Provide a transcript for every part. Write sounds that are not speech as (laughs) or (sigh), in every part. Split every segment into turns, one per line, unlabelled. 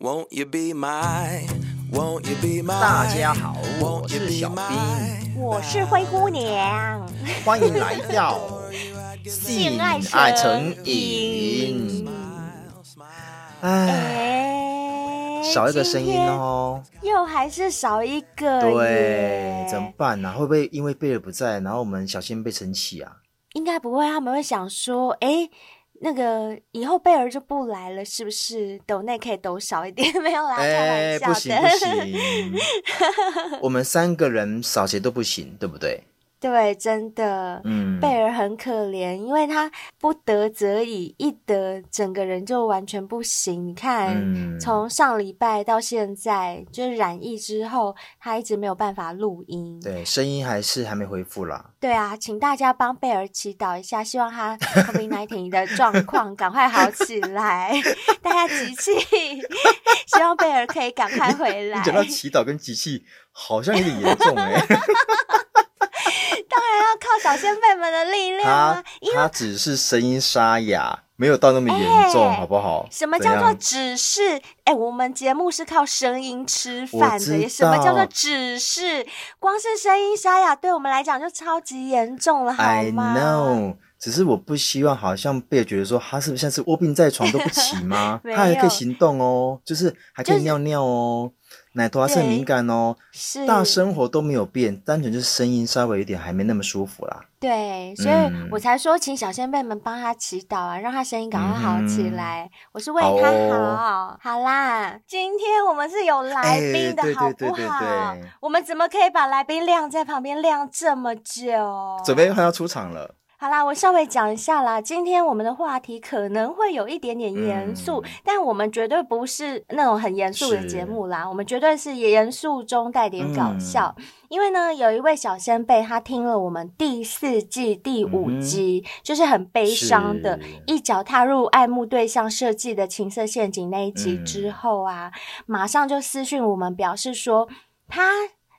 Won't you be my? Won't you be my?
(laughs) 大家好，我
Won't you
是
be
小
my?
兵，
我是灰姑娘，
欢迎来到性爱成瘾。唉，
哎，
少一个声音，哦。
又还是少一个，
对，怎么？办呢、啊会不会因为贝尔不在，然后我们小仙被生气啊？
应该不会，他们会想说，哎，那个以后贝尔就不来了，是不是？抖内可以抖少一点， (laughs) 没有啦，开
哎、
玩笑
不
的。
行不行，我们三个人少谁都不行，对不对？
对，真的。
嗯，
贝尔很可怜，因为他不得则已，一得整个人就完全不行。你看，
嗯
从上礼拜到现在，就是染疫之后，他一直没有办法录音。
对，声音还是还没恢复啦。
对啊，请大家帮贝尔祈祷一下，希望他 COVID 1 9的状
(laughs)
况赶快好起来，大家集气， (laughs) 希望贝尔可以赶快回来。
讲到祈祷跟集气，好像有点严重哎、
当然要靠小先辈们的力量
他
啊，因为
他只是声音沙哑，没有到那么严重，
哎
好不好？
什么叫做
怎样
只是？哎、我们节目是靠声音吃饭
我知道
的，什么叫做只是？光是声音沙哑，对我们来讲就超级严重了，好
？I
吗？
know，只是我不希望好像被觉得说他是不是像是卧病在床都不起吗
(laughs) 没有
他还可以行动哦，就是还可
就
以
是
尿尿哦，奶头还是很
对
敏感哦，
是
大生活都没有变，单纯就是声音稍微有点还没那么舒服啦。
对，所
嗯
以我才说，请小先辈们帮他祈祷啊，让他声音赶快好起来。我是为
嗯好
他
哦
好。好啦，今天我们是有来宾的
哎对
好
对
不
对对
好
对？
我们怎么可以把来宾晾在旁边晾这么久？
准备快要出场了，
好啦，我稍微讲一下啦。今天我们的话题可能会有一点点严肃，
嗯
但我们绝对不是那种很严肃的
是嗯
节目啦。我们绝对是严肃中带点搞笑。因为呢，有一位小先辈，他听了我们第四季第五集，就是很悲伤的
嗯是，
一脚踏入爱慕对象设计的情色陷阱那一集
嗯
之后啊，马上就私讯我们表示说，他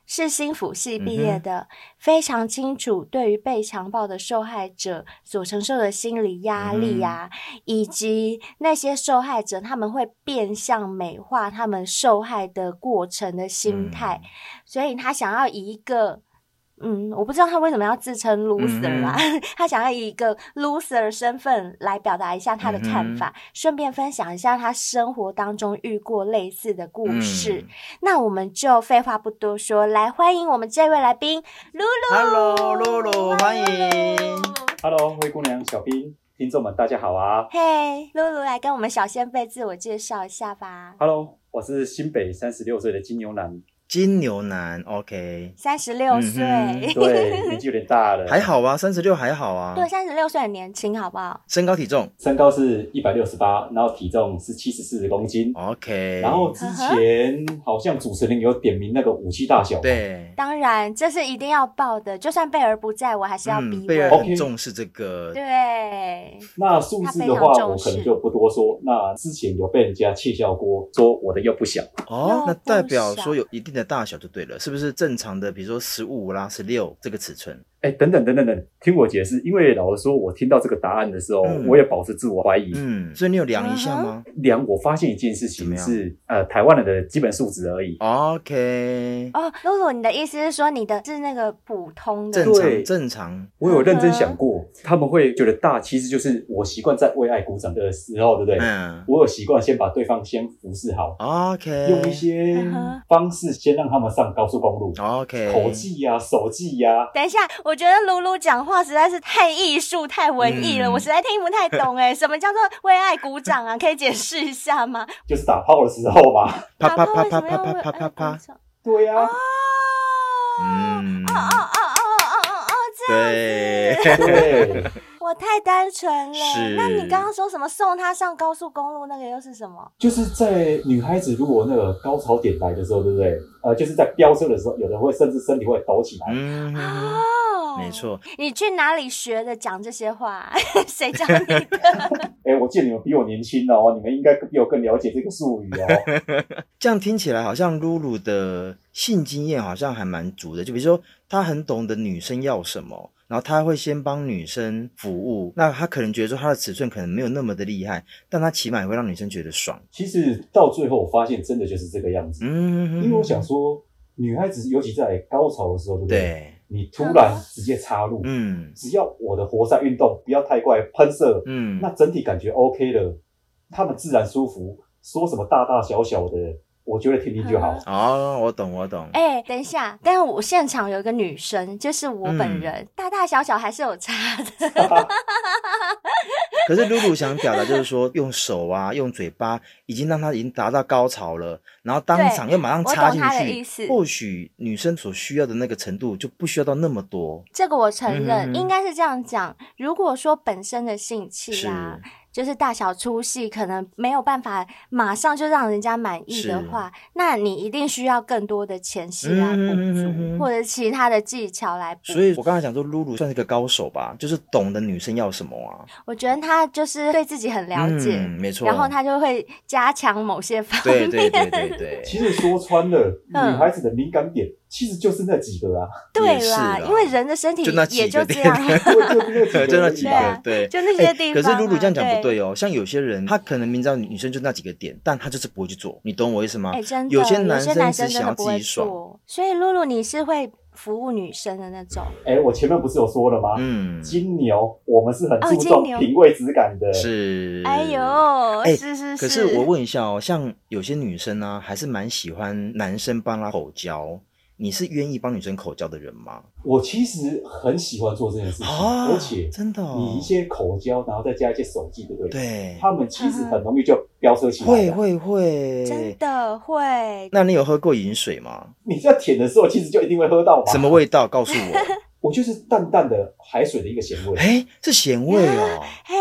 是心辅系毕业的，非常清楚对于被强暴的受害者所承受的心理压力啊，以及那些受害者他们会变相美化他们受害的过程的心态，所以他想要以一个。嗯，我不知道他为什么要自称 loser 啊啦，他想要以一个 loser 身份来表达一下他的
嗯
看法，顺便分享一下他生活当中遇过类似的故事。
嗯
那我们就废话不多说，来欢迎我们这位来宾露露。
Hello，露露欢迎
Hello，灰姑娘、小兵，听众们，大家好啊
嘿，露露来跟我们小先辈自我介绍一下吧。
！Hello，我是新北三十六岁的金牛男，
金牛男，OK，
三十六
嗯
岁，
对，年纪有点大了，
还，好啊，三十六还好啊，
(laughs) 对，三十六岁很年轻，好不好？
身高体重
身高是一百六十八，然后体重是七十四公斤。
，OK，
然后之
嗯
前好像主持人有点名那个武器大小，，
对，
当然，这是一定要报的，就算贝尔不在，我还是要逼
嗯，贝尔
问。
很重视这个，
对，
那数字的话
他非常重
我可
视
能就不多说。那之前有被人家窃笑过，说我的又不小，
哦，那
肉不
代表
小
说有一定的大小就对了，是不是正常的？比如说十五啦、十六这个尺寸，
哎，等等等等等，听我解释，因为老实说，我听到这个答案的时候，
嗯
我也保持自我怀疑，
嗯，所以你有量一下吗、
量我发现一件事
怎么
情
样
是，呃，台湾人的基本数值而已。
o k
嗯哦，露露，你的意思是说你的是那个普通的
正常
对
正常，
我有认真想过，他们会觉得大，其实就是我习惯在为爱鼓掌的时候，对不对？
嗯
我有习惯先把对方先服侍好，
，OK，
用一些
嗯哼
方式先让他们上高速公路，
OK，
口技呀、手技呀、
等一下，我觉得露露讲话实在是太艺术、太文艺了，
嗯
我实在听不太懂哎，什么叫做为爱鼓掌啊？可以解释一下吗？
就是打炮的时候嘛。
啪啪
打
啪
炮为
啪啪
什么要为
啪啪啪
爱
啪
鼓，掌
对
啊
呀、
哦，
嗯，
哦哦哦哦哦哦，这样
对，
(laughs) 对，
我太单纯了
是。
那你刚刚说什么送他上高速公路那个又是什么？
就是在女孩子如果那个高潮点来的时候，对不对？呃，就是在飙车的时候，有的会甚至身体会抖起来。
(laughs) 嗯，
哦，
没。错，
你去哪里学的讲这些话？谁教你的？
哎、我见你们比我年轻哦，你们应该比我更了解这个术语哦。
这样听起来好像露露的性经验好像还蛮足的，就比如说她很懂得女生要什么，然后他会先帮女生服务，那他可能觉得说他的尺寸可能没有那么的厉害，但他起码也会让女生觉得爽。
其实到最后，我发现真的就是这个样子。
嗯，
因为我想说，女孩子尤其在高潮的时候，对不对？
对，
(laughs) 你突然直接插入，
嗯
只要我的活塞运动不要太快喷射，
嗯，
那整体感觉 OK 了，他们自然舒服。说什么大大小小的，我觉得听听就好。
哦，我懂我懂，
哎、等一下，但是我现场有一个女生，就是我本
嗯
人，大大小小还是有差的。 (laughs)
可是露露想表达就是说，用手啊，用嘴巴，已经让他已经达到高潮了，然后当场又马上
我
插
懂
进
她的意思
去，或许女生所需要的那个程度就不需要到那么多。
这个我承认，
嗯
应该是这样讲。如果说本身的性器
是
啊，就是大小粗细，可能没有办法马上就让人家满意的话，那你一定需要更多的前戏来补足，
嗯嗯嗯嗯嗯
啊或者其他的技巧来补。
所以我刚才讲说，露露算是个高手吧，就是懂得女生要什么啊。
我觉得他就是对自己很了解，
嗯、没错。
然后他就会加强某些方
对
(laughs) 面。
对对对对，
其实说穿了，
嗯
女孩子的敏感点其实就是那几个啊，
对
也是
啦，
啦
因为人的身体
就那
也
几
就
个，
这样，
对，就是那几个
(laughs) (laughs)
而
对，
已啊，
就那几个，对。
对啊 (laughs) 就那些
哎
地
可
方、啊
是露露这样讲不
对。
对哦，像有些人他可能明知道女生就那几个点，但他就是不会去做，你懂我意思吗
哎、？真
啊
的，
有些
男
男生只
真
想
的
要
不
自
会
己爽，
做，所以露露你是会服务女生的那种，
哎、我前面不是有说了吗？
嗯，
金牛，我们是很注
哦金
重
牛
品味质感的，
是。
哎呦，
哎
是是
可是我问一下哦，像有些女生呢、还是蛮喜欢男生帮她口交，你是愿意帮女生口交的人吗？
我其实很喜欢做这件事情，
啊，
而且
真的、哦，
你一些口交，然后再加一些手技，对不对？
对，
他们其实很容易就飙车起来了。
会会会，
真。的会，
那你有喝过饮水吗？
你在舔的时候，其实就一定会喝到嘛。
什么？味道？告诉
(laughs)
我。
我就是淡淡的海水的一个咸味。
哎，是咸味哦。
哎，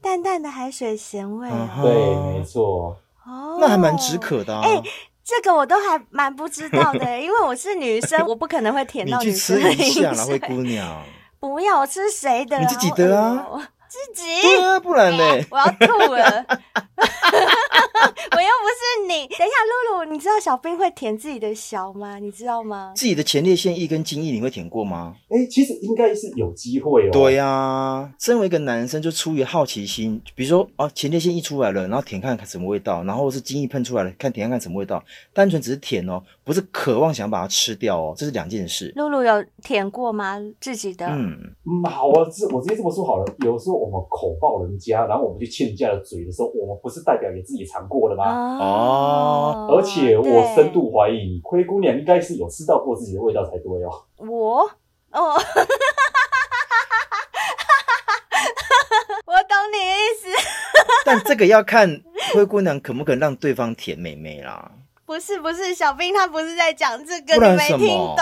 淡淡的海水咸味
嗯
哦，
哼
对，没错。
哦
那还蛮止。渴的啊！
哎这个我都还蛮不知道的，因为我是女生，我不可能会舔
你
到女
去
生
吃
的
一下
饮
啦，
水
灰姑娘。
不要，我吃谁的？
你自己的啊
好恶哦，自己。
对啊，不然呢？
我要吐了。 (laughs) 我又不是你，等一下，露露，你知道小兵会舔自己的小吗？你知道吗？
自己的前列腺液跟精液，你会舔过吗？
哎，其实应该是有机会哦。
啊
对、呀、身为一个男生，就出于好奇心，比如说哦，前列腺一出来了，然后舔看看什么味道，然后是精液喷出来了，看舔看看什么味道，单纯只是舔哦，不是渴望想把它吃掉哦，这是两件事。
露露有舔过吗？自己的？
嗯，
嗯，好啊，这我直接这么说好了。有时候我们口爆人家，然后我们去亲人家的嘴的时候，我们不是代表你自己尝过了
啊
吗？
哦
而且我
对
深度怀疑，灰姑娘应该是有吃到过自己的味道才对哦。
我哦，
(laughs)
(laughs) 我懂你意思，
但这个要看灰姑娘肯不肯让对方舔妹妹啦。
不是不是，小兵他不是在讲这个，
不然
你没
什么
听懂。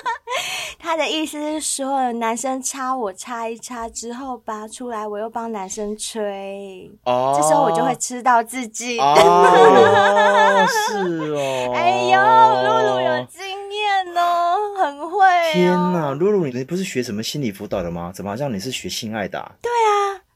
(laughs) 他的意思是说，男生插我插一插之后拔出来，我又帮男生吹，
哦，
这时候我就会吃到自己。
哦，是哦。
(laughs) 哎呦，露露有经验哦，很会、哦。
天呐，露露，你不是学什么心理辅导的吗？怎么好像你是学性爱的、啊？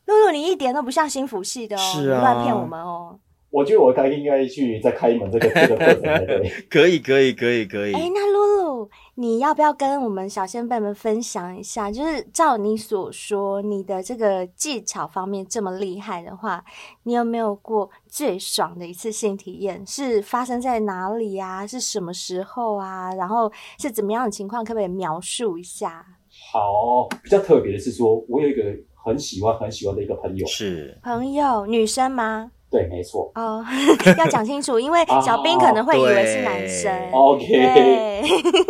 露露，你一点都不像心腹系的哦，
是
你
啊
乱骗我们哦。
我觉得我该应该去再开一门这个这个课程才对。
可以，可以，可以，可以。
哎、那露露，你要不要跟我们小先辈们分享一下？就是照你所说，你的这个技巧方面这么厉害的话，你有没有过最爽的一次性体验？是发生在哪里啊？是什么时候啊？然后是怎么样的情况？可不可以描述一下？
好，比较特别的是说，我有一个很喜欢很喜欢的一个朋友，
是
朋友，女生吗？
对，没错。
哦， (laughs) 要讲清楚，
(laughs)
因为小兵可能会以为是男生。
哦 OK，
对，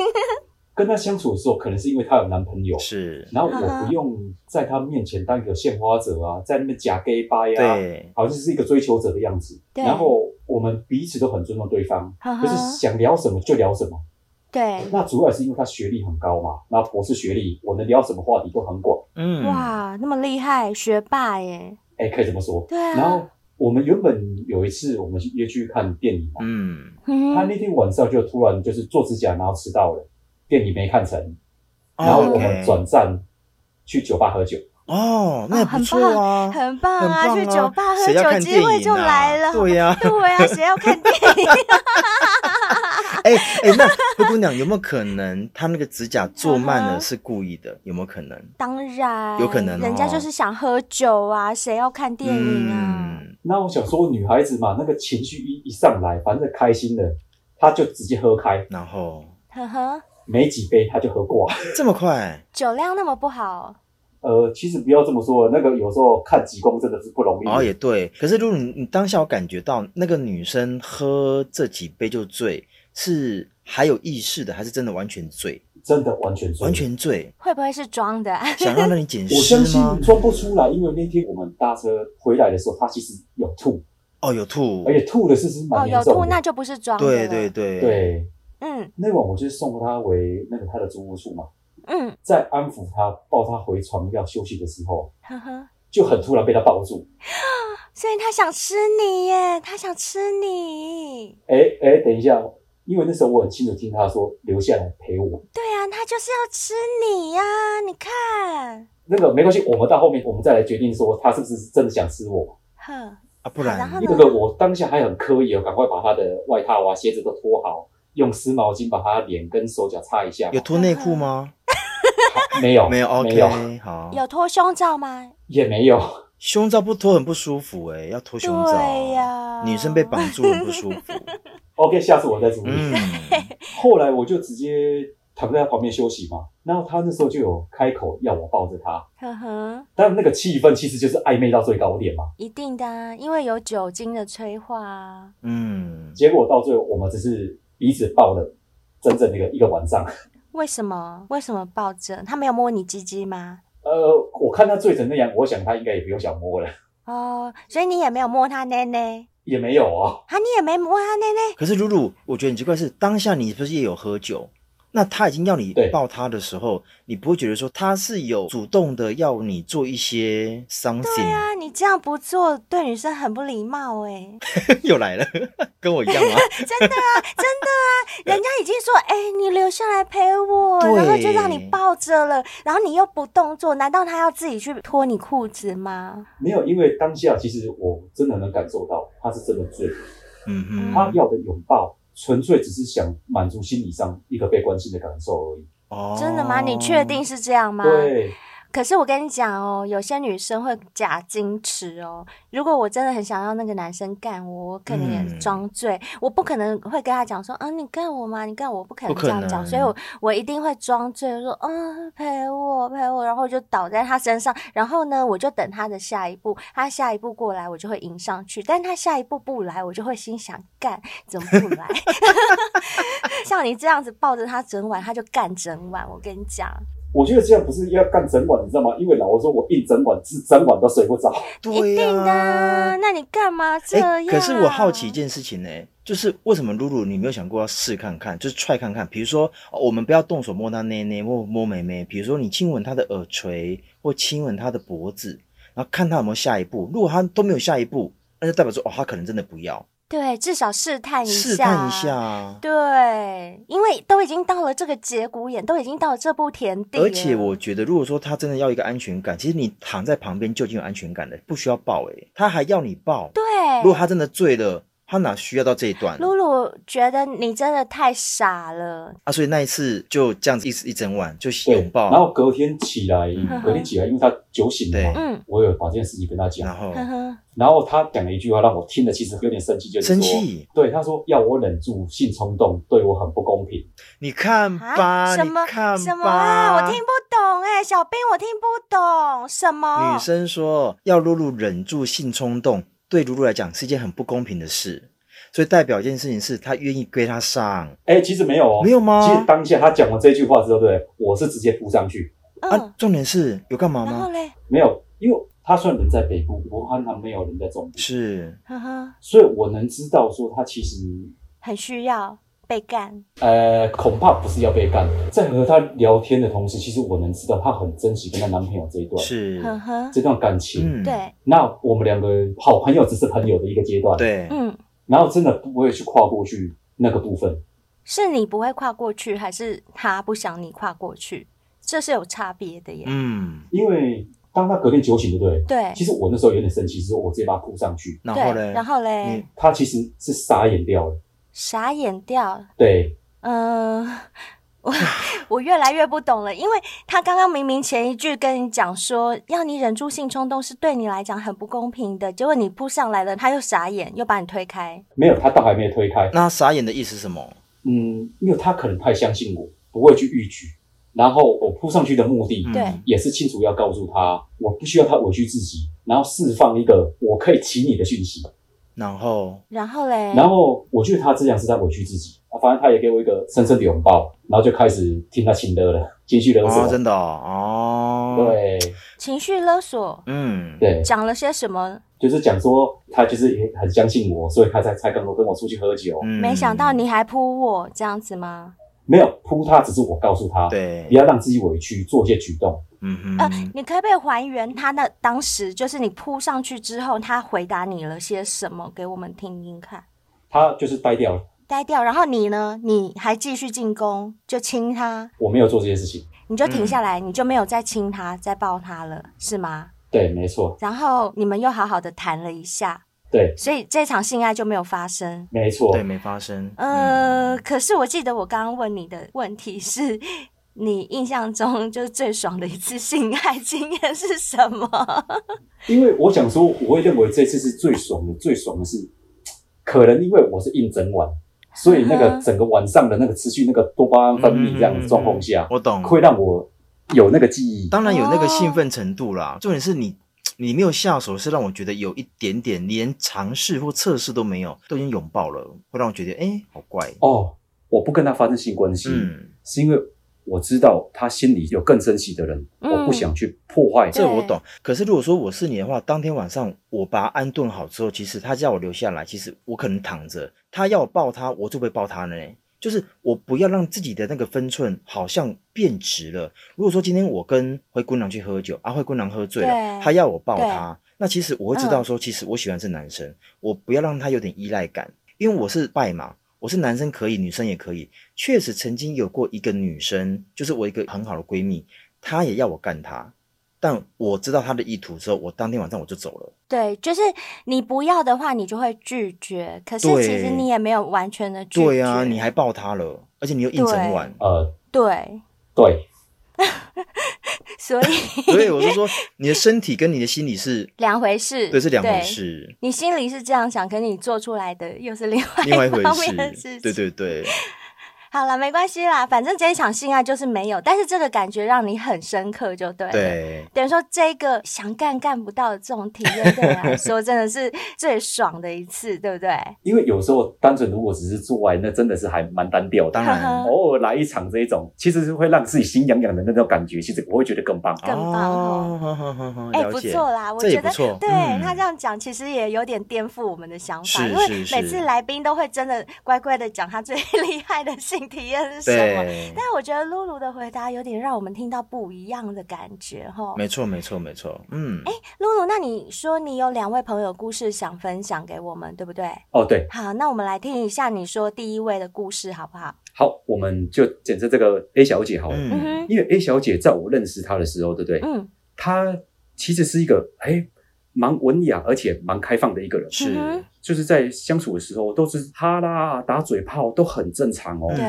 (laughs)
跟她相处的时候，可能是因为她有男朋友，
是，
然后我不用在她面前当一个献花者啊，在那边假 gay 掰呀，
对，
好像是一个追求者的样子。
对
然后我们彼此都很尊重对方，
呵呵
就是想聊什么就聊什么。
嗯对，
那主要也是因为她学历很高嘛，那博士学历，我能聊什么话题都很广。
嗯，，
哇，那么厉害，学霸耶！
哎，可以这么说。
对啊，
然后我们原本有一次我们约去看电影嘛，
嗯，
嗯
他
哼
那天晚上就突然就是做指甲，然后迟到了，电影没看成，然后
哦
我们
OK
转站去酒吧喝酒。
哦，那也不错啊，
很棒
很
啊，
棒
去酒吧喝
谁要
酒
看
机会 (laughs)
电影
就
啊
来了。
对呀、
对啊，谁要看电影？
哎哎，那灰姑娘有没有可能他那个指甲做慢
嗯
了是故意的？有没有可能？
(laughs) 当然，
有可能哦
人家就是想喝酒啊，谁要看电影啊？
嗯，
那我想说，女孩子嘛，那个情绪一一上来，反正开心了，她就直接喝开，
然后
呵呵，
没几杯她就喝挂。
这么快，
酒量那么不好，
(laughs) 呃，其实不要这么说，那个有时候看极光真的是不容易。
哦也对。可是如果你你当下有感觉到那个女生喝这几杯就醉，是还有意识的，还是真的完全醉？
真的完全醉
完。全
(laughs)
醉，
会不会是装的啊？ (laughs)
想让你捡
我
尸
相信
吗？
装不出来，因为那天我们搭车回来的时候，她其实有吐，
哦，有吐
而，且吐的是是
哦，
蛮严
有
重的。
吐那就不是装的了。
对对对，
对，
嗯
那晚我就送她回那个她的租屋处嘛，
嗯，
在安抚她、抱她回床要休息的时候，
呵呵。
就很突然被她抱住。
所以他想吃你耶，他想吃你。
哎哎，等一下，因为那时候我很清楚听她说留下来陪我。
对啊，他就是要吃你呀、你看，
那个没关系，我们到后面我们再来决定说她是不是真的想吃我。
呵，
啊，不然
然后呢
那个我当下还很刻意哦，赶快把她的外套啊、鞋子都脱好，用湿毛巾把她脸跟手脚擦一下嘛。
有脱内裤吗？
还没有
没有
没有
，OK，好。
嗯有脱胸罩吗？
也没有。
胸罩不脱很不舒服哎、要脱胸罩。
对呀
女生被绑住很不舒
(laughs)
服。
OK，下次我再处理。
嗯，
后来我就直接躺在他旁边休息嘛，然后他那时候就有开口要我抱着他，
呵呵，
但那个气氛其实就是暧昧到最高点嘛。
一定的、啊，因为有酒精的催化啊。
嗯，
结果到最后我们只是彼此抱了整整那个一个晚上。
为什么？为什么抱着？他没有摸你鸡鸡吗？
呃，我看他醉成那样，我想他应该也不用想摸了，
哦，所以你也没有摸他奶奶，
也没有啊。
啊，你也没摸他奶奶。
可是露露，我觉得很奇怪是，当下你不是也有喝酒？那他已经要你
对
抱他的时候，你不会觉得说他是有主动的要你做一些 something？、
啊，你这样不做对女生很不礼貌哎、
(laughs) 又来了，跟我一样吗？
真的啊，真的啊，人家已经说，哎、你留下来陪我，
对
然后就让你抱着了，然后你又不动作，难道他要自己去脱你裤子吗？
没有，因为当下其实我真的能感受到他是真的醉，
嗯哼，
他
(laughs)
要的拥抱纯粹只是想满足心理上一个被关心的感受而已。
哦
真的吗？你确定？是这样吗？
对，
可是我跟你讲哦，有些女生会假矜持哦。如果我真的很想要那个男生干我，我可能也
嗯
装醉，我不可能会跟他讲说，啊，你干我吗？你干我，我不可能
不
这
可
样讲，所以我
能
我一定会装醉，我说，嗯，陪我，陪我，然后就倒在他身上，然后呢，我就等他的下一步，他下一步过来，我就会迎上去，但他下一步不来，我就会心想，干怎么不来？ (laughs) 像你这样子抱着他整晚，他就干整晚，我跟你讲。
我觉得这样不是要干整晚，你知道吗？因为老王说我一整晚是整晚都睡不着。
对
一定的
呀、
啊，那你干嘛这
哎，
样？
可是我好奇一件事情呢、就是为什么露露你没有想过要试看看，就是踹看看？比如说，哦我们不要动手摸她内内，摸摸妹妹，比如说你亲吻她的耳垂或亲吻她的脖子，然后看她有没有下一步。如果她都没有下一步，那就代表说哦，她可能真的不要，
对，至少试探一下，
试探一下。啊。
对，因为都已经到了这个节骨眼，都已经到了这步田地了。
而且我觉得，如果说她真的要一个安全感，其实你躺在旁边就已经有安全感了，不需要抱诶、她还要你抱。
对，
如果她真的醉了，她哪需要到这一段？
露露觉得你真的太傻了，
啊，所以那一次就这样子一直一整晚就
对
(laughs) 拥抱，
然后隔天起来
嗯，
隔天起来，因为他酒醒了
对
嘛，
嗯，
我有把这件事情跟他
然
讲，
后
呵呵，
然后他讲了一句话让我听了其实有点生气，就是说
生。气，
对，他说要我忍住性冲动，对我很不公平。
你看吧，
啊，什
你
么
看吧，
什么啊，我听不懂哎、小兵我听不懂什么
女生说要露露忍住性冲动，对露露来讲是一件很不公平的事，所以代表一件事情是她愿意归她上，
哎，其实没有哦，
没有吗
其实当下他讲完这句话之后，对不对，我是直接扑上去，
嗯
啊，，重点是有干嘛
然后
吗？
嘞，
没有，因为他虽然人在北部，我看他没有人在中部，
是
呵呵，
所以我能知道说他其实
很需要被干，
呃，恐怕不是要被干。在和她聊天的同时，其实我能知道她很珍惜跟她男朋友这一段
是，
呵呵，
这段感
嗯，
情。
对，
那我们两个好朋友只是朋友的一个阶段，，
对，
嗯，
然后真的不会去跨过去那个部分。
是你不会跨过去，还是他不想你跨过去？这是有差别的耶。
嗯，
因为当她隔天酒醒，对不对？
对
其实我那时候有点生气，是我直接把她扑上去，
然后
对，
嘞，
然后
你
嘞，
她其实是傻眼掉了。
傻眼掉。
对，
嗯、我我越来越不懂了，因为他刚刚明明前一句跟你讲说要你忍住性冲动是对你来讲很不公平的，结果你扑上来了，他又傻眼，又把你推开。
没有，他倒还没有推开。
那傻眼的意思是什么？
嗯，因为他可能太相信我，不会去逾矩。然后我扑上去的目的，
嗯
对，
也是清楚要告诉他，我不需要他委屈自己，然后释放一个我可以骑你的讯息。
然后
然后嘞，
然后我觉得他这样是在委屈自己，啊，反正他也给我一个深深的拥抱，然后就开始听他情勒了，情绪勒索。
哦，真的哦，哦，
对
情绪勒索
嗯，
对，
讲了些什么？
就是讲说他就是也很相信我，所以他才才跟我跟我出去喝酒。
嗯
没想到你还扑我这样子吗？
没有扑他，只是我告诉他，
对
不，要让自己委屈，做一些举动。
嗯
呃
哼，
你可不可以还原他那当时就是你扑上去之后，他回答你了些什么给我们听听看？
他就是呆掉了，
呆掉，然后你呢？你还继续进攻，就亲他，
我没有做这些事情。
你就停下来，
嗯
你就没有再亲他、再抱他了，是吗？
对，没错，
然后你们又好好的谈了一下，
对，
所以这场性爱就没有发生。
没错
对，，没发生，嗯
呃，可是我记得我刚刚问你的问题是，你印象中就是最爽的一次性爱经验是什么？
因为我想说，我会认为这次是最爽的，最爽的是，可能因为我是硬整晚，所以那
嗯
个整个晚上的那个持续那个多巴胺分泌这样
嗯
的状况下，
我懂，
会让我有那个记忆。
当然有那个
哦
兴奋程度啦。重点是你，你没有下手，是让我觉得有一点点连尝试或测试都没有，都已经拥抱了，会让我觉得哎、诶好怪。
哦，我不跟他发生性关系，
嗯，
是因为我知道他心里有更珍惜的人，
嗯
我不想去破坏。
这我懂。可是如果说我是你的话，当天晚上我把他安顿好之后，其实他叫我留下来，其实我可能躺着，他要我抱他，我就不会抱他呢。就是我不要让自己的那个分寸好像变直了。如果说今天我跟灰姑娘去喝酒，啊，灰姑娘喝醉了，
对
她要我抱
对
她，那其实我会知
嗯
道说，其实我喜欢是男生，我不要让她有点依赖感，因为我是拜嘛，我是男生可以，女生也可以。确实曾经有过一个女生，就是我一个很好的闺蜜，她也要我干她，但我知道她的意图之后，我当天晚上我就走了。
对，就是你不要的话，你就会拒绝。可是
对
其实你也没有完全的拒绝。
对呀、啊，你还抱她了，而且你又硬整晚。
呃，
对，
对，
所
(laughs)
以
所以我是说，你的身体跟你的心理
(laughs)
是，
两回事，
对，是两回。事，
你心里是这样想，可你做出来的又是另
另外一回
方面的事
事。
情。
对对对，
好了，没关系啦，反正这一场性爱就是没有，但是这个感觉让你很深刻，就对了。
对，
等于说这个想干干不到的这种体验，对我来说真的是最爽的一次，对不对？
因为有时候单纯如果只是做爱，那真的是还蛮单调的。
当然。哦
偶尔来一场这一种，其实是会让自己心痒痒的那种感觉，其实我会觉得更棒。
更棒
哦，
哦
好好好好，
哎、
了
不
解。
错啦，我
这也
觉得
不错
对、
嗯
他这样讲，其实也有点颠覆我们的想法，
是
因为
是是
每次来宾都会真的乖乖的讲他最 (laughs) 厉害的性体验是什么。
对，
但我觉得露露的回答有点让我们听到不一样的感觉哈。
没错没错没错，嗯，
露露，那你说你有两位朋友故事想分享给我们，对不对？
哦，对，
好，那我们来听一下你说第一位的故事好不好？
好，我们就简称这个 A 小姐好了。
嗯
嗯哼，
因为 A 小姐在我认识她的时候，对不对？
嗯，
她其实是一个哎蛮文雅而且蛮开放的一个人，
是，
嗯
就是在相处的时候都是哈拉打嘴炮都很正常哦。
嗯
对，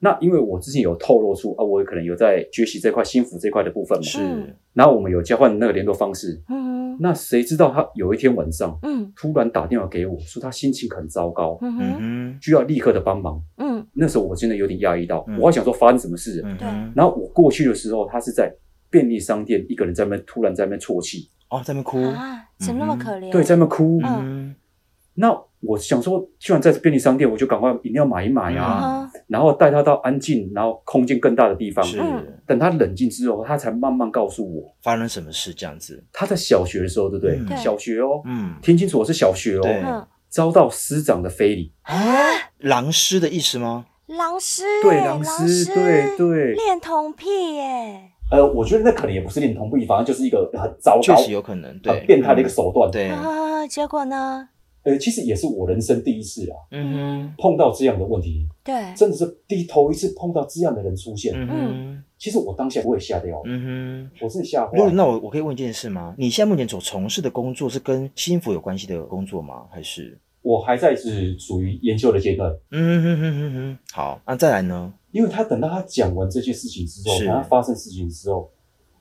那因为我之前有透露出啊，我可能有在学习这块心服这块的部分嘛，
是，
然后我们有交换那个联络方式。
嗯哼
那谁知道她有一天晚上
嗯
突然打电话给我说她心情很糟糕，
嗯哼
嗯
需要立刻的帮忙。
嗯
那时候我真的有点讶异到，
嗯
我还想说发生什么事了。
哼，嗯
对
哼，
然后我过去的时候，他是在便利商店一个人在那边突然在那边啜泣，
哦，在那边哭，
啊，怎么那么
嗯哼
可怜？
对，在那边哭。
嗯
那我想说，居然在便利商店，我就赶快饮料买一买
嗯
啊，
哼，
然后带他到安静，然后空间更大的地方
哼，。是
嗯
等他冷静之后，他才慢慢告诉我，
发生什么事这样子，
他在小学的时候，对不对？
嗯
对
小学哦，
嗯，
听清楚，我是小学
对
哦，
嗯，
遭到师长的非礼，
狼师的意思吗？
狼师
对，
耶
狼
狼
师，对对。
恋童癖耶，
呃，我觉得那可能也不是恋童癖，反正就是一个很糟糕
确实有可能，对，
很变态的一个手段。
嗯，对，
啊，结果呢？
呃，其实也是我人生第一次啊，
嗯哼，
碰到这样的问题，
对，
真的是第头一次碰到这样的人出现。
嗯哼，
其实我当下我也吓掉，
嗯哼。
我真的吓坏
露露，
了。
那我我可以问一件事吗？你现在目前所从事的工作是跟心服有关系的工作吗？还是
我还在是属于研究的阶段，
嗯哼哼哼哼，好，那、再来呢？
因为他等到他讲完这些事情之后，
是
等他发生事情之后，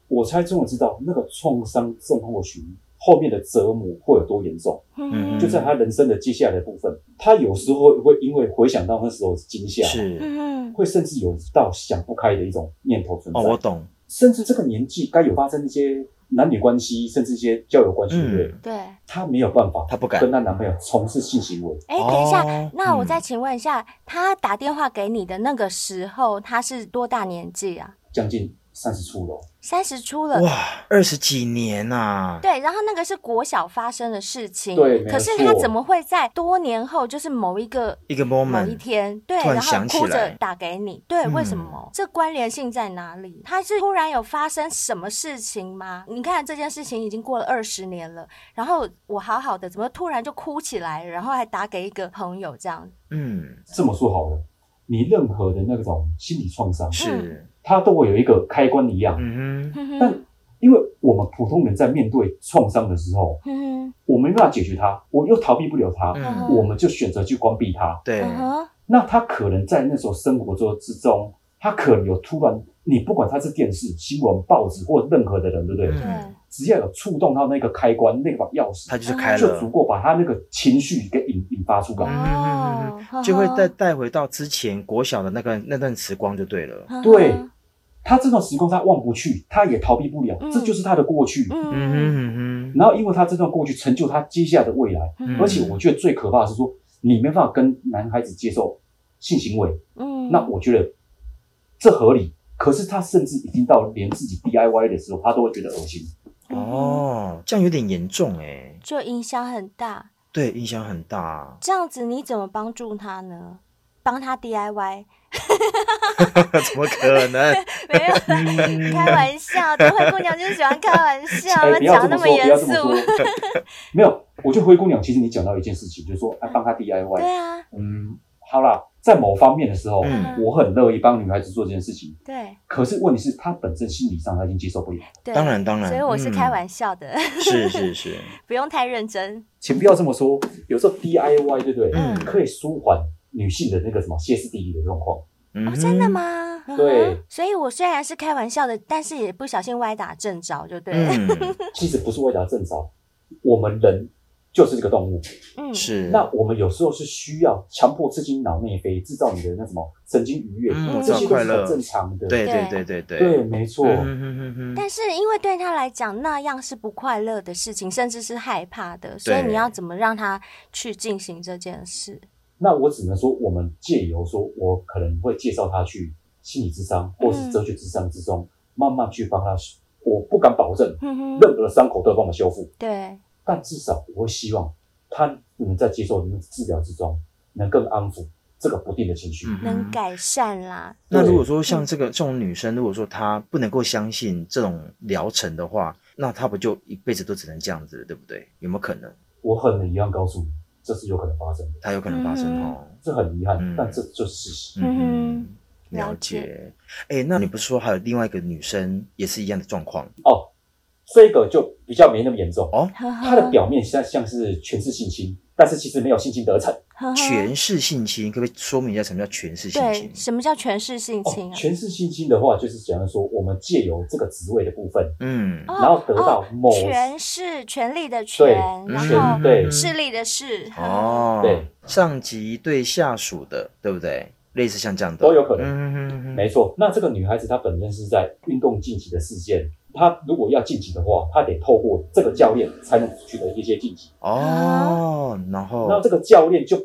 我才终于知道那个创伤症候群后面的折磨会有多严重。
嗯
就在他人生的接下来的部分，他有时候会因为回想到那时候的惊吓，
是
嗯
会甚至有到想不开的一种念头存在。
哦，我懂，
甚至这个年纪该有发生一些男女关系，甚至一些交友关系，对不对？
嗯，
对，
她没有办法，
她不敢
跟她男朋友从事性行为。
哎，等一下，
哦
那我
嗯
再请问一下，他打电话给你的那个时候，他是多大年纪啊？
将近三十出头，
三十出了。
哇，二十几年呐、啊，
对，然后那个是国小发生的事情，
对没
可是
错
他怎么会在多年后，就是某一个
一个
某一
moment，
天，对，
突然
然后
想起
哭着
来
打给你，对，为什
嗯
么？这关联性在哪里？他是突然有发生什么事情吗？你看这件事情已经过了二十年了，然后我好好的，怎么突然就哭起来，然后还打给一个朋友这样？
嗯，
这么说好了，你任何的那种心理创伤，
是，
它都会有一个开关一样。
嗯哼，
哼哼
但因为我们普通人在面对创伤的时候，
哼
我没办法解决它，我又逃避不了它，
嗯，
我们就选择去关闭它。
对，
嗯哼，
那他可能在那时候生活中之中，他可能有突然，你不管他是电视、新闻、报纸或任何的人，对不对？
嗯
对，
只要有触动到那个开关，那把钥匙，
他
嗯
就是开
就足
了，
够把他那个情绪给引引发出来。
嗯
哦
就会
呵呵
再带回到之前国小的那个那段时光就对了，
呵呵
对他这段时光他忘不去，他也逃避不了，
嗯
这就是他的过去。
嗯，
嗯哼哼
然后因为他这段过去成就他接下来的未来，
嗯
而且我觉得最可怕的是说，你没办法跟男孩子接受性行为，
嗯
那我觉得这合理。可是他甚至已经到连自己 DIY 的时候，他都会觉得恶心。
哼，哦，这样有点严重哎、
嗯就影响很大。
对，影响很大， (laughs)
这样子你怎么帮助他呢？帮他 DIY
怎么可能？
(laughs) 没有开玩笑，等灰姑娘就是喜欢开玩笑，
(laughs) 哎、不要
啊讲那
这
么
么说，不
严
要这么
肃。
说。(laughs) 没有，我觉得灰姑娘，其实你讲到一件事情，就是说，哎、帮他
(laughs)
DIY。
对啊，
嗯，好啦，在某方面的时候，
嗯
我很乐意帮女孩子做这件事情。
对
可是问题是，她本身心理上她已经接受不了。
对，
当然当然
所以我是
嗯
开玩笑的，
是是是，
(laughs) 不用太认真。
请不要这么说，有时候 DIY 对不对？
嗯
可以舒缓女性的那个什么歇斯底里的状况。
嗯
哦，
哼，
真的吗？
对
嗯哼所以我虽然是开玩笑的，但是也不小心歪打正着，就对了。
嗯，
其实不是为了正着，我们人就是这个动物。
(laughs) 嗯，
是，
那我们有时候是需要强迫刺激脑内啡，制造你的那什么神经愉悦，
嗯
这
制
些都
造快
是
乐
很正常的。
对
对
对对对对，
对，没错。
嗯哼哼哼哼，
但是因为对他来讲，那样是不快乐的事情，甚至是害怕的，所以
对
你要怎么让他去进行这件事？
那我只能说，我们借由说，我可能会介绍他去心理智商
嗯
或是哲学智商之中，慢慢去帮他。我不敢保证
哼嗯哼，
任何的伤口都有办法修复，
对，
但至少我会希望他能在接受治疗之中，能更安抚这个不定的情绪。
嗯
能改善啦。
那
对
如果说
嗯
像这个这种女生，如果说她不能够相信这种疗程的话，那她不就一辈子都只能这样子了，对不对？有没有可能？
我很遗憾告诉你，这是有可能发生的，
她有可能发生哦。
这很遗憾，
嗯
但这就是事实。
嗯
嗯
哼，
了解。哎，那你不是说还有另外一个女生也是一样的状况
嗯
这个就比较没那么严重，
哦？
呵呵
它的表面像像是全是性侵，但是其实没有性侵得逞。
呵呵
权势性侵，可不可以说明一下什么叫权势性
对，
侵？
什么叫权势性
哦
侵，啊？
全是性侵的话，就是假如说我们借由这个职位的部分，
嗯，
哦
然后得到某、
权是权力的
对
权，然
权
后
对
势力的势。
嗯哦，
对，
上级对下属的，对不对？类似像这样的
都有可能。
嗯哼哼哼
没错，那这个女孩子她本身是在运动晋级的事件，她如果要晋级的话，她得透过这个教练才能取得一些晋级。
啊
哦，然
那
后
这个教练就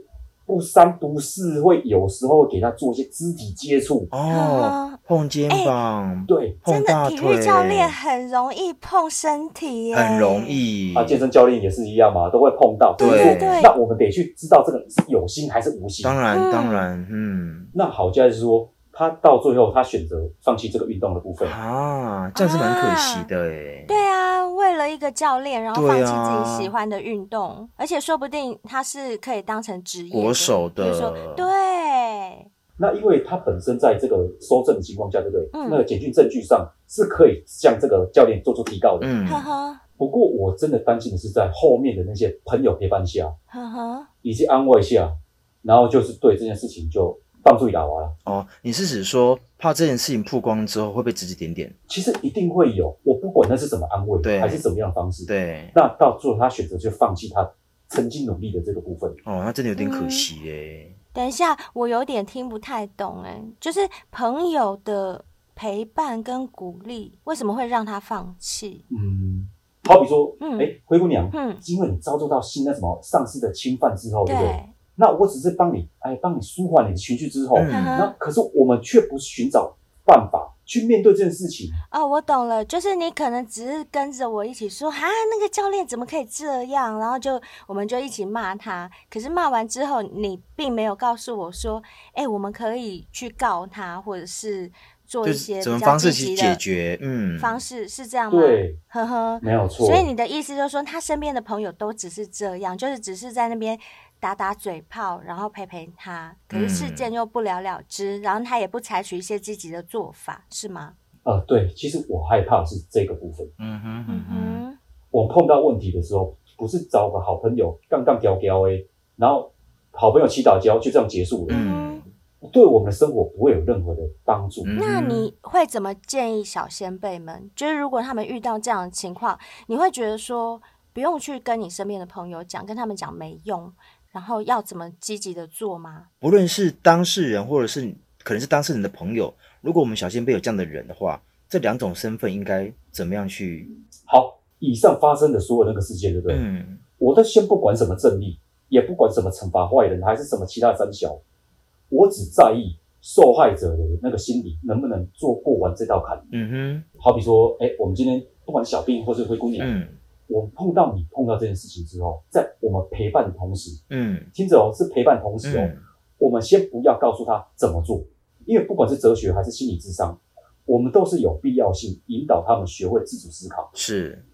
不三不四，会有时候给她做一些肢体接触，
哦，碰肩膀，
对，
碰
哎真的，
大
体
腿，
育教练很容易碰身体耶，
很容。易，
啊，健身教练也是一样嘛，都会碰到。
嗯对
所以说
对对
那我们得去知道这个是有心还是无心。
当然
嗯
当然，嗯
那好在是说，她到最后她选择放弃这个运动的部分。
啊，这样是蛮可惜的哎，
对啊，为了一个教练，然后放
对
弃
啊
自己喜欢的运动，而且说不定他是可以当成职业的
国手
比如
的
说对，
那因为她本身在这个收证的情况下，对不对？
嗯
那个检讯证据上是可以向这个教练做出提告的。
嗯
呵呵
不过我真的担心的是，在后面的那些朋友陪伴下，
呵呵，
以及安慰一下，然后就是对这件事情就放出哑娃了。
哦，你是指说怕这件事情曝光之后会被指指点点？
其实一定会有，我不管那是怎么安慰，
对
还是怎么样的方式，
对，
那到最后他选择就放弃他曾经努力的这个部分。
哦，那真的有点可
嗯
惜哎耶。
等一下，我有点听不太懂哎、就是朋友的陪伴跟鼓励，为什么会让他放弃？
嗯，好比说，哎、
嗯
灰姑娘，
嗯
因为你遭受到新的什么上司的侵犯之哦后，对不对？
对，
那我只是帮你，哎，帮你舒缓你的情绪之后，
嗯
哈
那
哈，
可是我们却不寻找办法去面对这件事情。
哦，我懂了，就是你可能只是跟着我一起说，哈，那个教练怎么可以这样，然后就我们就一起骂他。可是骂完之后，你并没有告诉我说，哎、我们可以去告他，或者是做
就
一
是
些
怎么
比较
方式
积
去
极
解
的
决？嗯，
方式，是这样吗？
对，
呵呵，
没有
嗯
错。
所以你的意思就是说，他身边的朋友都只是这样，就是只是在那边打打嘴炮，然后陪陪他，可是
嗯
事件又不了了之，然后他也不采取一些积极的做法，是吗？
呃，对，其实我害怕的是这个部分。
嗯哼嗯
嗯
哼，
哼，
我碰到问题的时候，不是找个好朋友杠杠屌屌诶，然后好朋友祈祷交就这样结束了，
嗯
对我们的生活不会有任何的帮助。
嗯
那
哼
你会怎么建议小先辈们？就是如果他们遇到这样的情况，你会觉得说不用去跟你身边的朋友讲，跟他们讲没用，然后要怎么积极的做吗？
不论是当事人或者是你可能是当事人的朋友，如果我们小先辈有这样的人的话，这两种身份应该怎么样去？
好，以上发生的所有那个事件，对不对？
嗯
我都先不管什么正义，也不管什么惩罚坏人，还是什么其他三小，我只在意受害者的那个心理能不能做过完这道坎。
嗯
好比说，哎，我们今天不管小病或是灰姑
哼
娘，
嗯
我碰到你碰到这件事情之后，在我们陪伴的同时，
嗯
听着哦，是陪伴同时哦，
嗯
我们先不要告诉他怎么做，因为不管是哲学还是心理智商，我们都是有必要性引导他们学会自主思考。
是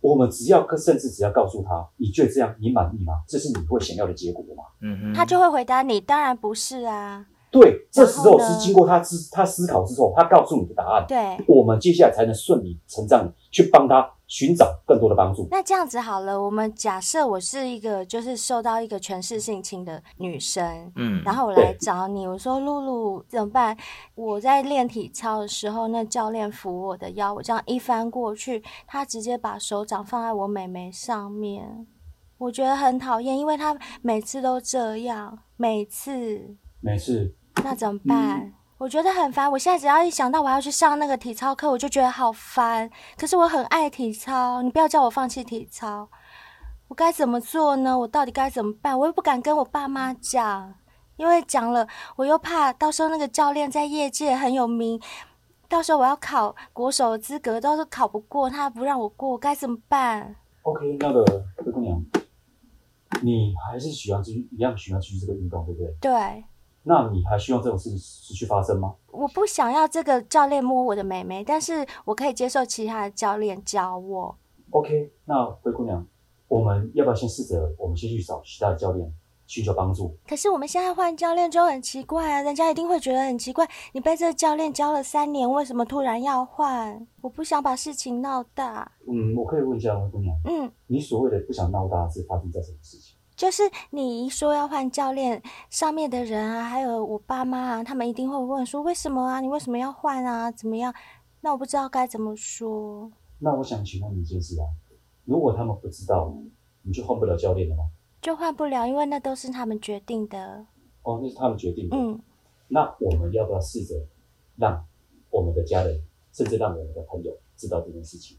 我们只要甚至只要告诉他，你觉得这样你满意吗？这是你会想要的结果吗？
嗯哼，
他就会回答你，当然不是啊，
对，这时
然后
候
呢
是经过他思他思考之后，他告诉你的答案，
对。
我们接下来才能顺理成章地去帮他寻找更多的帮助。
那这样子好了，我们假设我是一个就是受到一个权势性侵的女生，
嗯，
然后我来找你，我说露露怎么办？我在练体操的时候，那教练扶我的腰，我这样一翻过去，他直接把手掌放在我美眉上面，我觉得很讨厌，因为他每次都这样，每次
没事，
那怎么办？我觉得很烦，我现在只要一想到我要去上那个体操课，我就觉得好烦。可是我很爱体操，你不要叫我放弃体操，我该怎么做呢？我到底该怎么办？我又不敢跟我爸妈讲，因为讲了我又怕到时候那个教练在业界很有名，到时候我要考国手的资格，到时候考不过，他不让我过，我该怎么办？
OK，那个灰姑娘，你还是喜欢继一样喜欢继续这个运动，对不对？
对，
那你还希望这种事情持续发生吗？
我不想要这个教练摸我的妹妹，但是我可以接受其他的教练教我。
OK，那灰姑娘，我们要不要先试着，我们先去找其他的教练寻求帮助？
可是我们现在换教练就很奇怪啊，人家一定会觉得很奇怪。你被这个教练教了三年，为什么突然要换？我不想把事情闹大。
嗯，我可以问一下灰姑娘，
嗯，
你所谓的不想闹大是发生在什么事情？
就是你一说要换教练，上面的人啊，还有我爸妈啊，他们一定会问说为什么啊？你为什么要换啊？怎么样？那我不知道该怎么说。
那我想请问你一件事啊，如果他们不知道，你就换不了教练了吗？
就换不了，因为那都是他们决定的。
哦，那是他们决定的。
嗯，
那我们要不要试着让我们的家人，甚至让我们的朋友知道这件事情？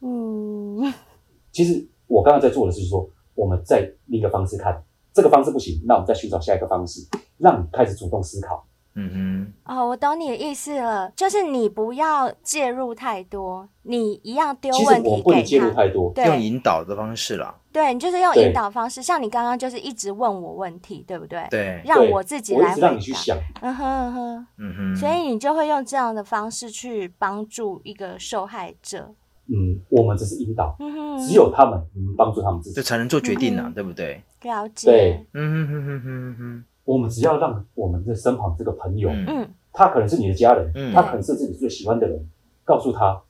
嗯， (laughs)
其实我刚刚在做的是说，我们在另一个方式看，这个方式不行，那我们再寻找下一个方式，让你开始主动思考。
嗯
哦，我懂你的意思了，就是你不要介入太多，你一样丢
其实
问
我
题
不能
给
介入
他。
太多，
哼，用
对
引导的方式啦，
对，你就是用
对
引导方式，像你刚刚就是一直问我问题，对不对？
对，
让
对
我自己
我一
来
直
回
让你去
答。
想。
嗯哼嗯哼，
嗯哼，
所以你就会用这样的方式去帮助一个受害者。
嗯，我们只是引导，
嗯哼，
只有他们能帮助他们自
这
己。
才能做决定啊，
嗯
对不对？
了解
对。
嗯哼哼哼哼哼，
我们只要让我们的身旁这个朋友，
嗯
嗯，
他可能是你的家人，
嗯
他可能是自己最喜欢的人，告诉他，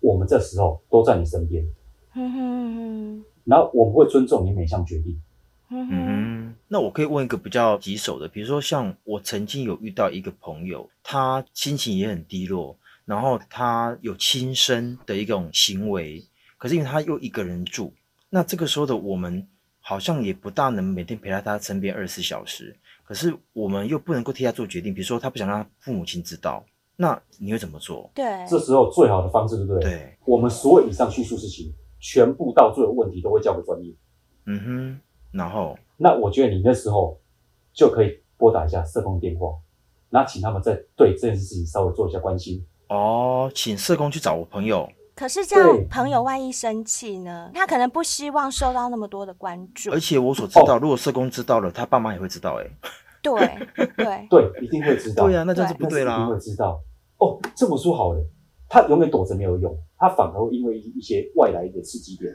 我们这时候都在你身边，
嗯哼嗯哼
然后我们会尊重你每项决定。
嗯嗯哼，
嗯，那我可以问一个比较棘手的，比如说像我曾经有遇到一个朋友，他心情也很低落，然后他有轻生的一种行为，可是因为他又一个人住，那这个时候的我们好像也不大能每天陪在他身边二十四小时，可是我们又不能够替他做决定，比如说他不想让他父母亲知道，那你会怎么做？
对，
这时候最好的方式，对不对？，
对，
我们所有以上叙述事情，全部到最后问题都会交给专业。
嗯哼，然后
那我觉得你那时候就可以拨打一下社工电话，那请他们再对这件事情稍微做一下关心。
哦，请社工去找我朋友，
可是这样
对
朋友万一生气呢？他可能不希望受到那么多的关注
而。且我所知道，如果社工知道了，他爸妈也会知道、欸，
对
(laughs)
对，
对，啊一定会知道。
对啊呀、那这样是
对
不对
但是一
啦
定。会知道。哦，这么说好了，他永远躲着没有用，他反而会因为一些外来的刺激点，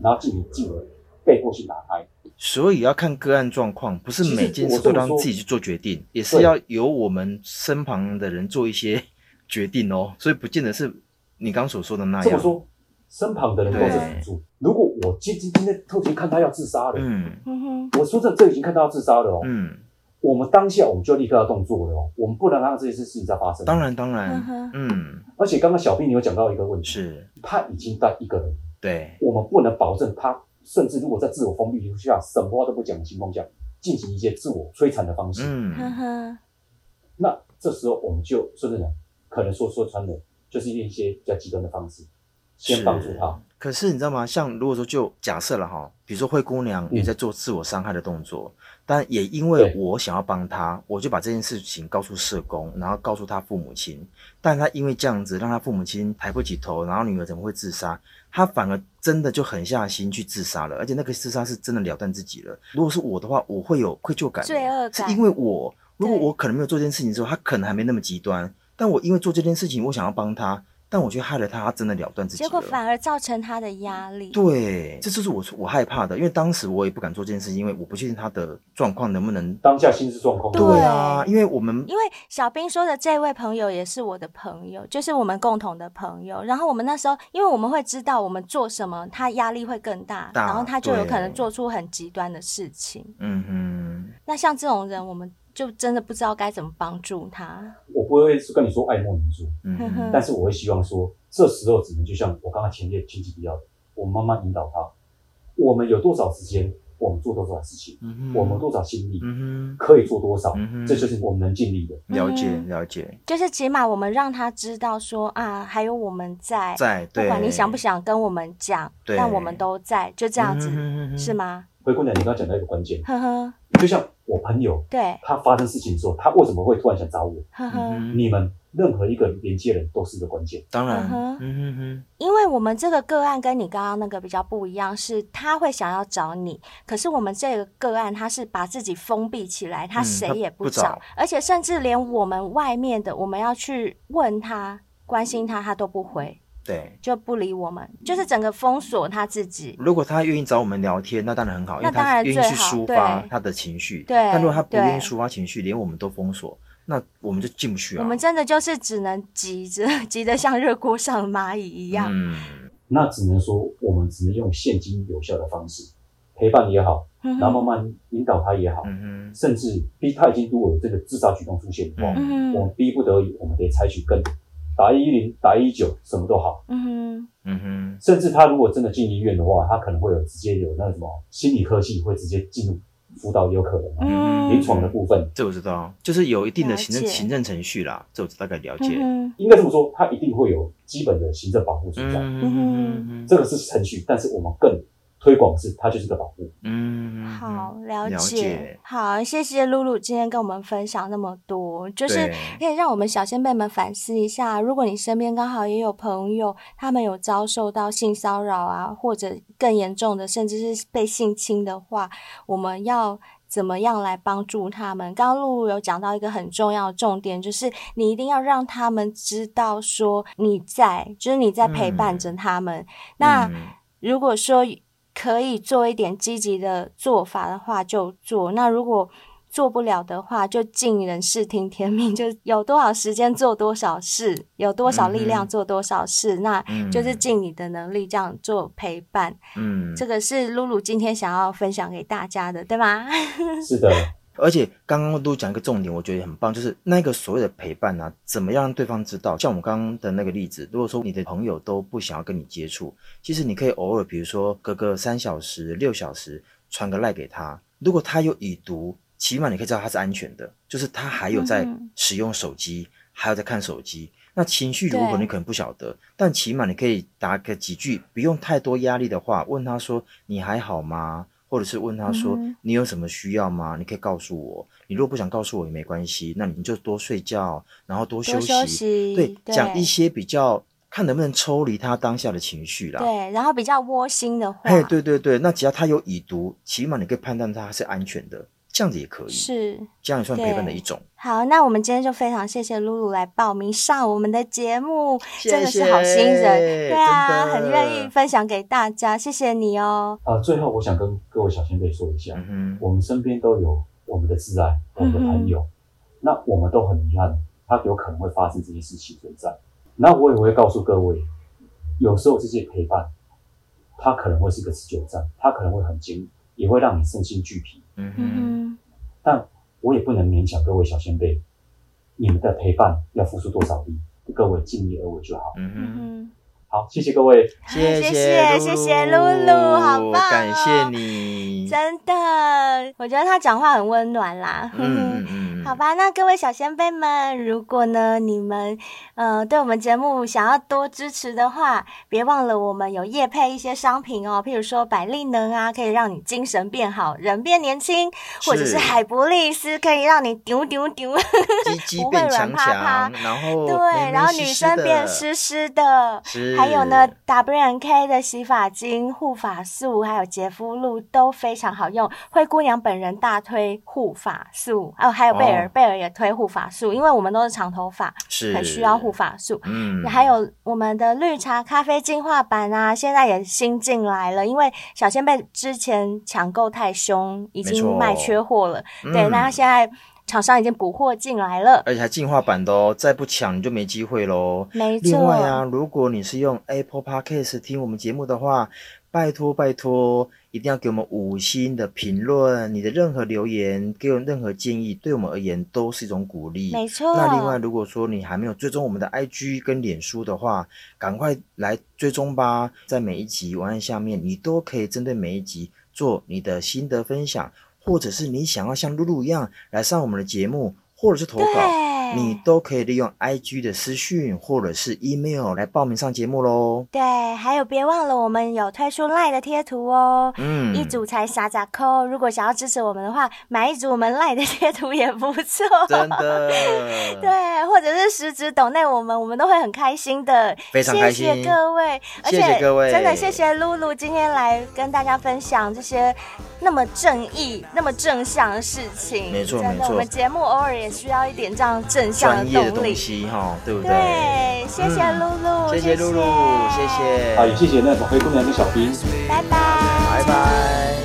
然后进而进而被迫去打开。
所以要啊看个案状况，不是
其实
每件
我
事都
这么
让
说
自己去做决定，也是
对
要由我们身旁的人做一些决定哦。所以不见得是你刚所说的那
这么
样。
说，身旁的人都是辅助。如果我今今今天特别看他要自杀了，
嗯
嗯哼，
我说这这已经看到他自杀了哦，
嗯，
我们当下我们就立刻要动作了哦，我们不能让这件事情再发生。
当，然当
嗯
然
哼，
嗯，
而且刚刚小兵你有讲到一个问题，
是
他已经带一个人，
对，
我们不能保证他，甚至如果在自我封闭下什么话都不讲的情况下，进行一些自我摧残的方式，
呵
嗯
呵，
那这时候我们就说真的，可能说说穿了，就是一些比较极端的方式，先帮助他。
可是你知道吗？像如果说就假设了哈，比如说灰姑娘也
嗯
在做自我伤害的动作，但也因为
对
我想要帮她，我就把这件事情告诉社工，然后告诉她父母亲。但她因为这样子，让她父母亲抬不起头，然后女儿怎么会自杀？她反而真的就狠下心去自杀了，而且那个自杀是真的了断自己了。如果是我的话，我会有愧疚感，
罪恶
是
感
因为我如果
对
我可能没有做这件事情之后，她可能还没那么极端，但我因为做这件事情，我想要帮她，但我却害了她，她真的了断自己
结
了。
果反而造成他的压力。
对，这就是我我害怕的，因为当时我也不敢做这件事，因为我不确定他的状况能不能。
当下心智状况，
对
对啊，因为我们
因为小兵说的这位朋友也是我的朋友，就是我们共同的朋友。然后我们那时候，因为我们会知道我们做什么，他压力会更大，
大
然后他就有可能
对
做出很极端的事情。
嗯
那像这种人，我们就真的不知道该怎么帮助他。
我不会跟你说爱莫能助，
哼嗯
呵
哼
呵
但是我会希望说，这时候只能就像我刚刚前面前几提到的，我们慢慢引导他，我们有多少时间，我们做多少事情，
嗯哼
我们多少心力，
嗯
可以做多少
嗯哼，
这就是我们能尽力的。
哼，了解
嗯
了解，
就是起码我们让他知道说啊，还有我们在，
在
不
对，
管你想不想跟我们讲，
对
但我们都在，就这样子，
嗯哼
是？吗？
灰姑娘，你刚刚讲到一个关键，
呵呵，
就像我朋友
对，
他发生事情的时候，他为什么会突然想找我？
呵
嗯
呵。
哼嗯哼
你们任何一个连接人都是一个关键。
当然
嗯，哼
嗯哼哼，
因为我们这个个案跟你刚刚那个比较不一样，是他会想要找你，可是我们这个个案他是把自己封闭起来，嗯他谁也
他不
找，
找
而且甚至连我们外面的我们要去问他、关心他，他都不回，
对。
就不理我们，就是整个封锁他自己。
如果他愿意找我们聊天，那当然很好，因
那
为
当
他
然
愿
最
意去
好
抒发
对
他的情绪。
对
但如果他不愿意
对
抒发情绪，连我们都封锁，那我们就进不去啊。
我们真的就是只能急着 (laughs) 急得像热锅上的蚂蚁一样，
嗯，
那只能说我们只能用现金有效的方式陪伴也好，
嗯
然后
哼
慢慢引导他也好，
嗯
甚至逼他已经如果有这个自杀举动出现的话，
嗯
嗯
我
哼
们逼不得已，我们得采取更打一零、打一九，什么都好。
嗯哼，
哼，嗯哼，
甚至他如果真的进医院的话，他可能会有直接有那个什么心理科技会直接进入辅导，也有可能啊、
嗯
临床的部分
这我知道，就是有一定的行政
了解
行政程序啦，这我大概了解。
嗯
应该这么说，他一定会有基本的行政保护存在。
嗯
这个是程序，但是我们更推广是它就是个保护。
嗯，
好，了
了解
好，谢谢露露今天跟我们分享那么多，就是
对
可以让我们小先辈们反思一下，如果你身边刚好也有朋友，他们有遭受到性骚扰啊，或者更严重的，甚至是被性侵的话，我们要。怎么样来帮助他们？刚刚露露有讲到一个很重要的重点，就是你一定要让他们知道说你在，就是你在陪伴着他们。那、
嗯
如果说可以做一点积极的做法的话，就做。那如果做不了的话，就尽人事听天命，就有多少时间做多少事，有多少力
嗯
量
哼
做多少事，那
嗯
就是尽你的能力这样做陪伴。
嗯，
这个是露露今天想要分享给大家的，
(laughs)
对吗？
是的，
而且刚刚都讲一个重点，我觉得很棒，就是那个所谓的陪伴啊，怎么样让对方知道？像我们刚刚的那个例子，如果说你的朋友都不想要跟你接触，其实你可以偶尔，比如说隔个三小时、六小时传个赖给他，如果他有已读，起码你可以知道他是安全的，就是他还有在
嗯哼
使用手机，还有在看手机。那情绪如何，
对
你可能不晓得，但起码你可以打个几句不用太多压力的话，问他说你还好吗？或者是问他说、
嗯哼
你有什么需要吗？你可以告诉我。你如果不想告诉我也没关系，那你就多睡觉，然后多休
多
息。
休息，
对，讲一些比较看能不能抽离他当下的情绪啦。
对，然后比较窝心的话，
哎，对对对，那只要他有已读，起码你可以判断他是安全的，这样子也可以，
是。
这样也算陪伴的
对
一种。
好，那我们今天就非常谢谢露露来报名上我们的节目，
谢
真的是好心
谢
人，对啊，
真的
很愿意分享给大家，谢谢你哦。
啊、最后我想跟各位小先辈说一下，
嗯哼，
我们身边都有我们的挚爱，我们的朋友，那我们都很遗憾，他有可能会发生这些事情存在。那我也会告诉各位，有时候这些陪伴，它可能会是个持久战，它可能会很精，也会让你身心俱疲。
嗯哼，
嗯
但我也不能勉强各位小先辈，你们的陪伴要付出多少力，各位尽力而为就好。
嗯
哼，
哼。
嗯
好，谢谢各位。
哼，
谢
谢谢谢露露，好棒、哦，
感谢，你，
真的，我觉得她讲话很温暖啦。
嗯嗯嗯，
好，吧，那各位小先辈们，如果呢你们呃对我们节目想要多支持的话，别忘了我们有业配一些商品哦，譬如说百利能啊，可以让你精神变好，人变年轻，或者是
是哦
海博利斯可以让你丢丢丢，
鸡鸡
不会
变
软
强
趴趴
强，然后
(laughs) 对，
妹
然后
妹
女
湿湿
生变
的
湿湿的。
是，
还有呢，W N K 的洗发精、护发素，还有洁肤露都非常好用。灰姑娘本人大推护发素，哦，还有贝尔，
哦
贝尔也推护发素，因为我们都是长头发，
是
很需要护，发素。
嗯，
还有我们的绿茶咖啡进化版啊，现在也新进来了，因为小仙贝之前抢购太凶，已
没
经
错
卖缺货了。
嗯
对，那现在厂商已经补货进来了，
而且还进化版的哦，再不抢你就没机会喽。
没错。
另外啊，如果你是用 Apple Podcast 听我们节目的话，拜托拜托，一定要给我们五星的评论，你的任何留言，给我任何建议，对我们而言都是一种鼓励。
没错。
那另外，如果说你还没有追踪我们的 IG 跟脸书的话，赶快来追踪吧。在每一集文案下面，你都可以针对每一集做你的心得分享，或者是你想要像露露一样来上我们的节目，或者是投稿，
对，
你都可以利用 IG 的私讯或者是 email 来报名上节目喽。
对，还有别忘了我们有推出 LINE 的贴图哦。
嗯，
一组才傻傻扣，如果想要支持我们的话，买一组我们 LINE 的贴图也不错。，
(laughs) 真的
(laughs) 对，或者是实质抖内我们，我们都会很开心的，
非常开心
谢谢各位，而且
谢谢各位
真的谢谢露露今天来跟大家分享这些那么正义、那么正向的事情。
没错
真
没
的，
错
我们节目偶尔也需要一点这样正向
专业的
动
东
力。
西哈，对不对？
对，谢谢
嗯
露露，
谢谢露露，谢，谢，
啊好，也谢谢那种灰姑娘跟小兵。
拜拜。
拜拜。